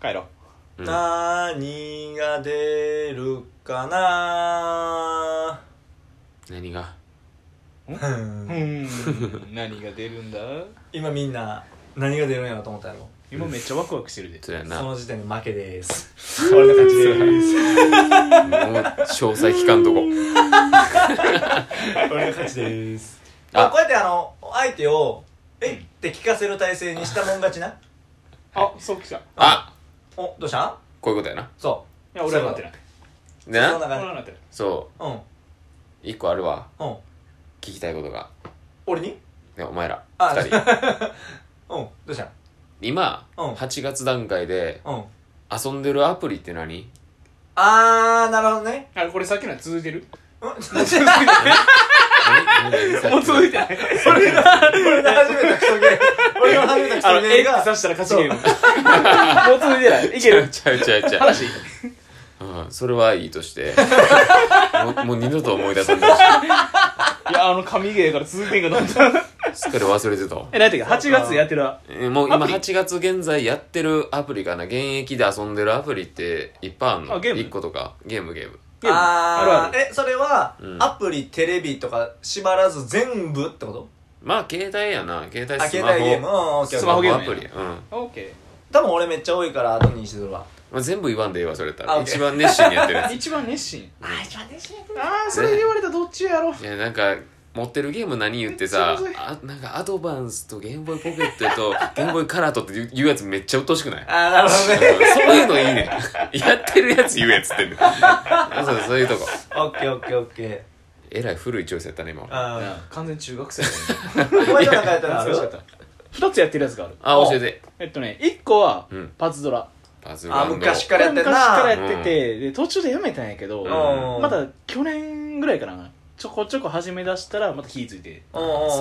帰ろううん何が出るかな何がうーん何が出るんだ今みんな何が出るんやろと思ったやろ今めっちゃワクワクして るでそうやなそもうの時点で負けです俺の勝ちです詳細聞かんとこ俺の勝ちですあ あこうやってあの相手をえって聞かせる体制にしたもん勝ちなあそうきたいあおどうしたんこういうことやなそや俺はなってないそうでそなんな俺感はなってないそじうんう一個あるわうん聞きたいことが俺にねお前らあ二人うんどうしたん今うん8月段階でうん遊んでるアプリって何あーなるほどねあれこれさっきのは続いてる うん続いてな何何さっいきもう 続いてない俺が俺が始めたクソゲー俺が始めたクあソのゲえっーてが刺したら勝ちゲームもう続いてないいけるちゃうちゃうちゃう 話いいうん、それはいいとしてもうもう二度と思い出さないいやあの神ゲーから続いてんかと思ったしすっかり忘れてたわ え、なんていうか、8月やってる。えもう今アプリ8月現在やってるアプリかな現役で遊んでるアプリっていっぱいあんのあゲーム1個とかゲームゲームゲームあーあるある。えそれは、うんアプリテレビとか縛らず全部ってことまあ携帯やな携帯あス携マホ帯ゲームうんオッケーオッケースマホゲースマホムアゲプーリうん、まオッケ多分俺めっちゃ多いから後にしてるわあ、全部言わんでええわそれやったあらオッケー一番熱心にやってるやー。一番熱心。あ一番電子あー、それ言われたらどっちやろ。ついやなんか持ってるゲーム何言ってさめっちゃあなんかアドバンスとゲームボーイポケットとゲームボーイカラーとって言う言うやつめっちゃうっとうしくないあーなるほどねそういうのいいねん。 やってるやつ言うやつってんねん。 そうそういうとこ。 オッケーオッケーオッケえらい古いチョイスやったね、今ーは。あ完全中学生。 ーお前となんかやったらある懐かし かった。2つやってるやつがある。あ、教えて。えっとね、1個はうん、パズドラ。パズルあ昔からやってんな昔からやってて、で、途中でやめたんやけど、うんまた去年ぐらいからな。ちょこちょこ始め出したら、また火ついて。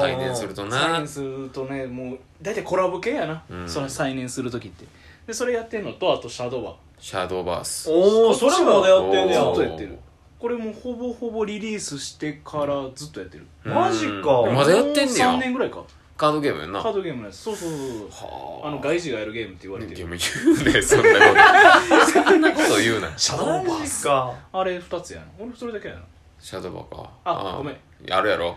再燃するとと再な燃。するとね、もう、大体コラボ系やなう。んその再燃するときって。で、それやってんのと、あとシャドーバー。シャドーバース。おおそれもまだやってんねやずっとおやってるこれもほぼほぼリリースしてからずっとやってる、うんマジかまだやってんね3や。年ぐらいかカードゲームやんカな。ーはドゲームのやつそうそうそうそうあ。あの外事がやるゲームって言われてゲーるム言うね、そんなこと。そんなこと言うな。シャドーバマージスかあれ2つやな俺それだけやなシャドーバーか。あごめん。やるやろ。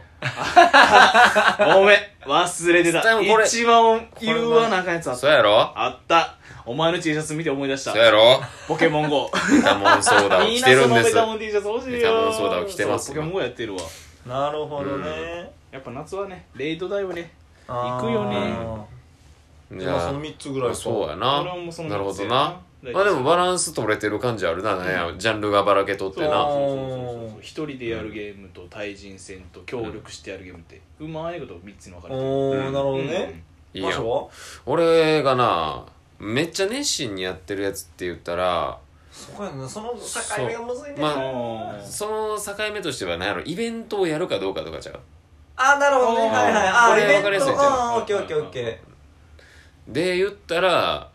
ごめん忘れてでもこれ番言わなあかんやつそうやろあったお前の T シャツ見て思い出しそうやろポケモン GO ベタモンソ ーダを着てるんです。ン T シャツ欲しベタモンソーダを着てますそうポケモン GO やってるわなるほどねやっぱ夏はねレイドだよねあー行くよねじじゃあゃそあの、3つぐらいかそうや俺な。はもうそのなるほ三つどやな。まあでもバランス取れてる感じあるな、なんやジャンルがばらけとってそうな。そうそうそうそう一人でやるゲームと対人戦と協力してやるゲームってうまいこと3つに分かれてるおおなうんるほどうねんいいや場ん所は俺がなめっちゃ熱心にやってるやつって言ったらそこやなその境目がむずいねそうまああーその境目としては何やろイベントをやるかどうかとかちゃうあなるほどねおーはいはいあこーれイベン分かりやすいトじゃんあーオッケーオッケーオッケーで言ったら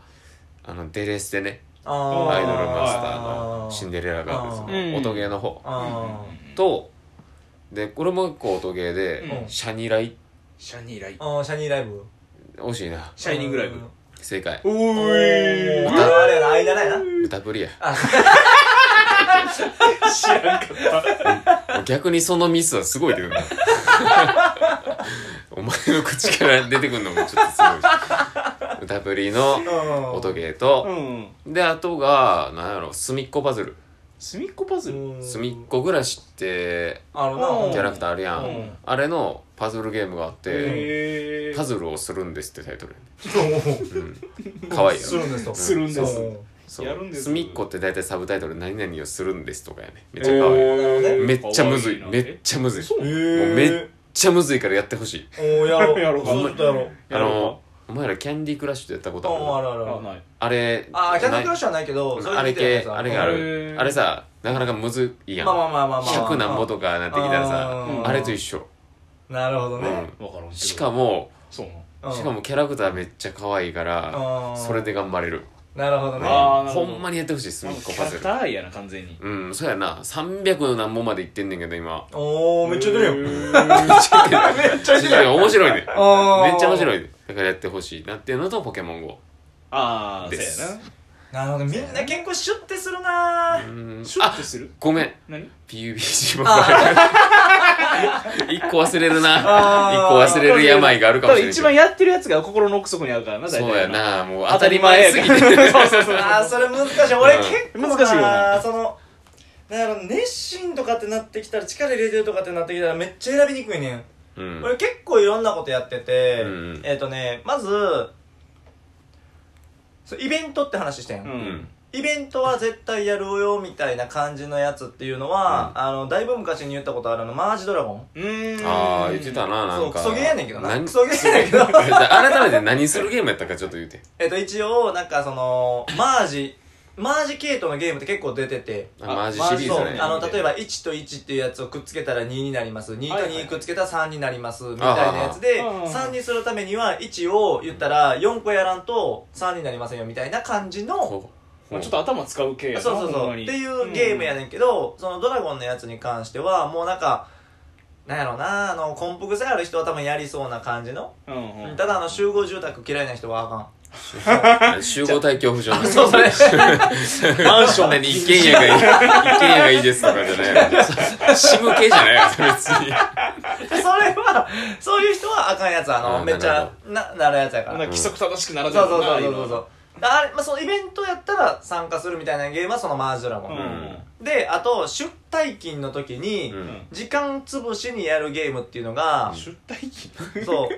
あのデレステねあーアイドルマスターのシンデレラガールズのうん音ゲーの方あとでこれも一個音ゲーうでんシャニライシャニーライーあーシャニーライブ惜しいなシャイニングライブ正解おおーーあれやな間ないな歌プリやあ知らんかった逆にそのミスはすごい出てくるなお前の口から出てくるのもちょっとすごいし歌プリのうん音ゲーうと、んであとがなんやろ隅っこパズル隅っこパズルうん隅っこ暮らしってあのうんキなャラクターあるやん、うんあれのパズルゲームがあって、へーパズルをするんですってタイトル、おうん、かわいいよするんですとするんですそうそうやるんです隅っこって大体サブタイトル「何々をするんです」とかやねめっちゃかわいい、えめっちゃむずい可愛なめっちゃむずいそうえなのもうめっーちゃむずいからやってほしいおーやろう やろうそうちょっとやろあうやろのお前らキャンディークラッシュでやったこあーとああるるあるああるないあれあーキャノンクラッシシュはないけどそあれ見てるや系つあれがへあるーあれさなかなかむずいやん、まあまあまあまあまあ100何歩とかなってきたらさうんあれと一緒、なるほどうねん、わからんけどしかもそうなのうんしかもキャラクターめっちゃ可愛いからうんそれで頑張れるなるほどねあーなるほほどんまにやってほしいすなみんっかこキャパラズクルターやな完全にうんそうやな300何本までいってんねんけど今おーめっちゃ出るやんる めっちゃ出るやん面白いねあーめっちゃ面白いねだからやってほしいなっていうのとポケモン GO ああですそうやななるほどみんな健康シュッてするなうーーんシュあッてするごめん何 PUBG もある 一個忘れるなあー一個忘れる病があるかもしれ多分ない一番やってるやつが心の奥底にあるからな大体そうやなもう当当たたりり前前やすけぎどて そうそうそうあーそれ難しい俺うん結構難しいよねそのだから熱心とかってなってきたら力入れてるとかってなってきたらめっちゃ選びにくいねんうん俺結構いろんなことやってて、うんうんえっ、とねまずそうイベントって話してん、ううんんイベントは絶対やるよみたいな感じのやつっていうのは、あのだいぶ昔に言ったことあるあのマージドラゴンうーんああ言ってたななそんうかクソゲーやねんけどな何クソゲーやねんけど 改めて何するゲームやったかちょっと言うてえっと一応なんかそのマージマージ系統のゲームって結構出ててああマジシリそーうズねあの例えば1と1っていうやつをくっつけたら2になります2とはいはい2くっつけたら3になりますみたいなやつであー3にするためには1を言ったら4個やらんと3になりませんよみたいな感じのこうまあちょっと頭使う系やなそうそうほんそうまってにいうゲームやねんけどそのドラゴンのやつに関してはもうなんかなんやろうなあの根腹癖ある人は多分やりそうな感じのうんうんうんただあの集合住宅嫌いな人はあかんあ集合体恐怖症あそうそれマンションに一軒家がいい一軒家がいいですとかじゃないの私物系じゃないよ別に それはそういう人はあかんやつあのあーめっちゃななるやつやかなんらか規則正しくならずそうそうなそうそうそうそうあれ、まあ、そのイベントやったら参加するみたいなゲームはそのマージドラゴ今ン、のであと出退勤の時に、ううんん時間潰しにやるゲームっていうのが、出退勤 そう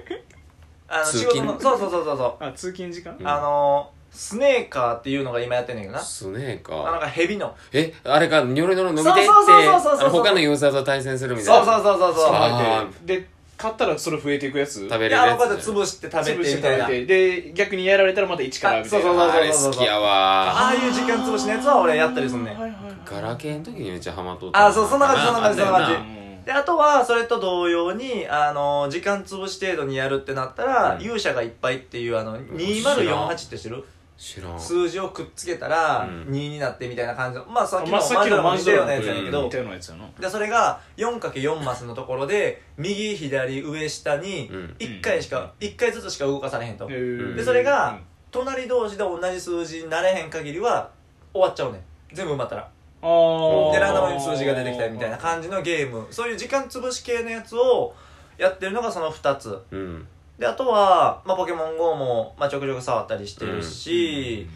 あの通仕勤事のそうそうそうそうそあ通勤時間う、んあのスネーカーっていうのが今やってんねんけどなすねえあなんかかヘビのえあれかニョロニョロ伸びていってそうそうそうそうそうあの他のユーザーと対戦するみたいそなうそうそうそうそうあーでで買ったらそれ増えていくやつ食べれでるあやのこうやっつて潰して食べ潰しててみたいな食べてで逆にやられたらまた一からみたいなそうそうそあうれ好きやわああいう時間潰しのやつは俺やったりすんねんはいはいはいガラケーの時にめっちゃハマっとったあそうそんな感じそんな感じそんな感じあったよであとはそれと同様にあの時間潰し程度にやるってなったら、うん勇者がいっぱいっていうあの知らん2048って知る知らん数字をくっつけたらうん2になってみたいな感じの、まあさっきのまあさっきのママンンジジドドララゴゴンンのやつやねんけ似どたようなやつやなでそれが 4×4 マスのところで右左上下にうん1回しか、一回ずつしか動かされへんと、でそれが隣同士で同じ数字になれへん限りは終わっちゃうねん全部埋まったらあーでランダムに数字が出てきたりみたいな感じのゲームそういう時間潰し系のやつをやってるのがその2つうんであとは、まあ、ポケモン GO も、まあ、ちょくちょく触ったりしてるし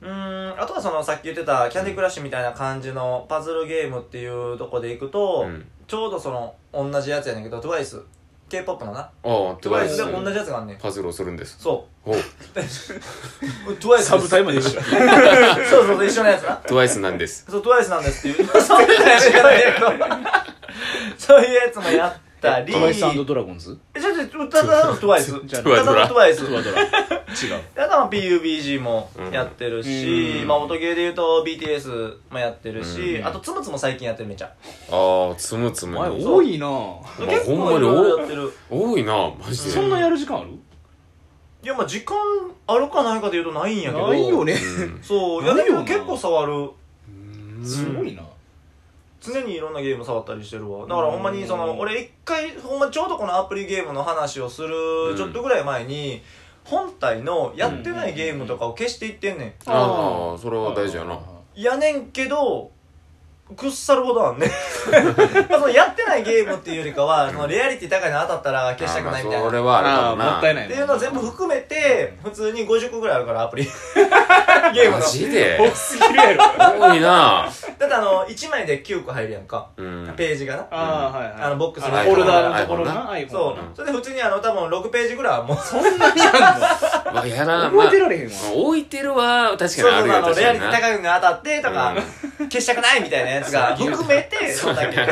うーんあとはそのさっき言ってたキャンディークラッシュみたいな感じのパズルゲームっていうとこでいくと、うんちょうどその同じやつやねんけど TWICE k p o p のなああ TWICE で TWICE も同じやつがあんねんパズルをするんですそおう TWICE サブタイムで 一緒そうそうそう一緒のやつな TWICE なんですそう TWICE なんですっていうそういうやつやねんけどそういうやつもやったりトワイスドラゴンズえ、ちょ、ちょ、ただのトゥワイス。じゃあただのトゥワイス。トワドラ違 うただの PUBG もやってるし、うんまあ音ゲーで言うと BTS もやってるし、うんあとツムツム最近やってるめちゃ。ああつむつむ前多いなまあ結構ほんまにいろいろやってる。多いなマジでそんなやる時間あるいや、まあ時間あるかないかで言うとないんやけど。ないよねうんそう。いや、ないでよもな結構触る。うんすごいな常にいろんなゲーム触ったりしてるわ。だからほんまにそのう、ん俺一回、ほんまちょうどこのアプリゲームの話をするうんちょっとぐらい前に、本体のやってないゲームとかを消していってんねん。ああそれは大事やなやねんけどくっさるほどあんねまあそのやってないゲームっていうよりかはそのレアリティ高いの当たったら消したくないみたいあーまあそなれっはあるかあもあなもったいないていうのを全部含めて普通に50個ぐらいあるからアプリゲームのマだジ で多すぎるやろあ多いなってあの1枚で9個入るやんかうんページがなあはいはいあのボックスあにの入フォるルかダらーのところな iPhone そううそれで普通にあの多分6ページぐらいはもうそんなにあまあやらんんの覚まあえてられへんわ置いてるは確そうそうかあにあるのよ確レかアリにティな高いの当たってとか消したくないみたいなやつが含めてそうだけど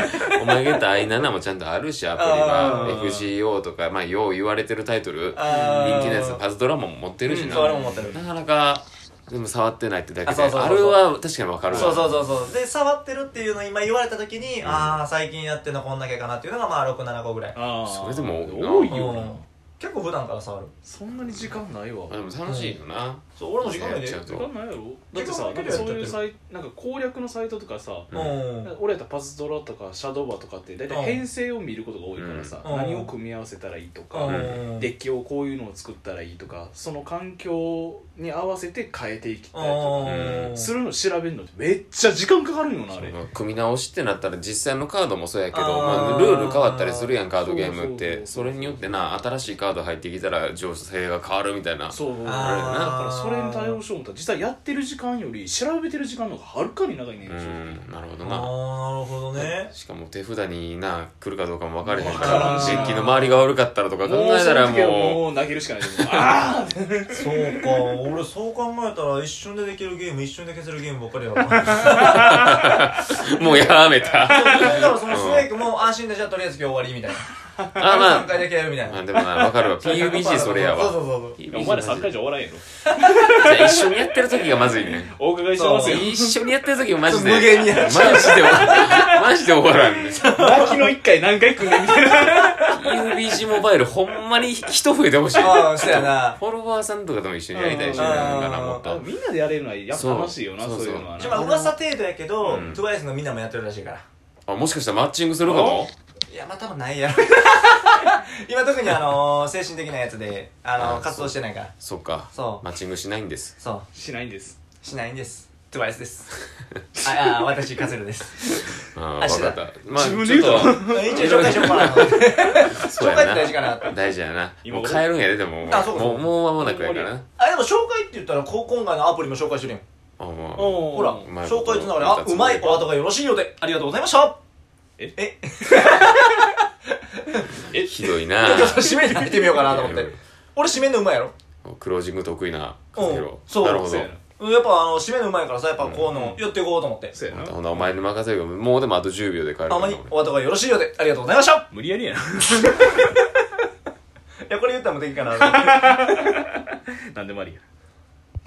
お前が言った i7 もちゃんとあるしアプリあがー FGO とかまあよう言われてるタイトル人気あーのやつパズドラも持ってるしうんなそう俺も持ってるなかなかでも触ってないってだけあでそうそうそあうれは確かにわかるわそうそうそうそうで触ってるっていうのを今言われた時に、ああ最近やってんのこんだけかなっていうのがまあ67個ぐらいあそれでも多いな多いようんな結構普段から触るそんなに時間ないわまあでも楽しいよなそう俺も時間ないでやっちゃうと分かんないやろだだっっててささなんかそういうだサイなんか攻略のサイトとかさうんなんか俺やったらパズドラとかシャドーバーとかって大体編成を見ることが多いからさ、うん何を組み合わせたらいいとか、うんデッキをこういうのを作ったらいいとかその環境に合わせて変えていきたいとううんかするの調べるのってめっちゃ時間かかるんよなあれまあ組み直しってなったら実際のカードもそうやけどあーまあ、ルール変わったりするやんカードゲームっそうそうそうてそれによってな新しいカード入ってきたら情勢が変わるみたいなそうだかあらーそれに対応しようと思ったら実際やってる時間より調べてる時間の方がはるかに長いねうんんなるほあどーななるほどねしかも手札にな来るかどうかも分かれへんかわかららんし新規の周りが悪かったらとか考えたらもうその時はももう投げるしかないと思うああそうか俺そう考えたら一瞬でできるゲーム一瞬で消せるゲームばっかりや わだかうもうやめたらそのスネークも安心でじゃあとりあえず今日終わりみ たいなあ3ま回だけやるみたいあまなあでもな分かるわ PUBG それやそうわそうそうそうお前ら3回じゃ終わらんやろじゃあ一緒にやってる時がまずいねお伺いしてますよ一緒にやってる時もマジで無限にやマジで終わらんマジで終わらんね泣きの1回何回来んねんみたいな UBG モバイルほんまに人増えてほしいああそうやなフォロワーさんとかとも一緒にやりたいしうんなんかなもっとみんなでやれるのはやっぱ楽しいよなそそうういうのはちょまあな噂程度やけど、うんトゥワイスのみんなもやってるらしいからあもしかしたらマッチングするかもいやまあ多分 ないやろ今特にあのー、精神的なやつで、あのあー、活動してないからそっかそうマッチングしないんですそうしないんですしないんですトゥワイスです ああ私カズル ですああ分かったまあ自分で言うちたょわっ一応紹介しようかなと思ってと紹 そう介ってや大事なかなって大事やな今もう頃変えるんやででもあそうかそもううかもう間もなくやからなあでも紹介って言ったらこう今回のアプリも紹介してるやんあもほほらうまいこと紹介つながりあうまいお後がよろしいようでありがとうございましたえええうひどい な締めに入ってみようかなと思って俺締めんのうまいやろクロージング得意なカズヒロそうなるほそうやどなうんやっぱあの締めのうまいからさやっぱこうの寄っていこうと思ってそうやほんななほんなお前に任せるよもうでもあと10秒で帰るあかまらりお後がよろしいようでありがとうございました無理やりやな いやこれ言ったらもうできるかなと思ってなんでもありや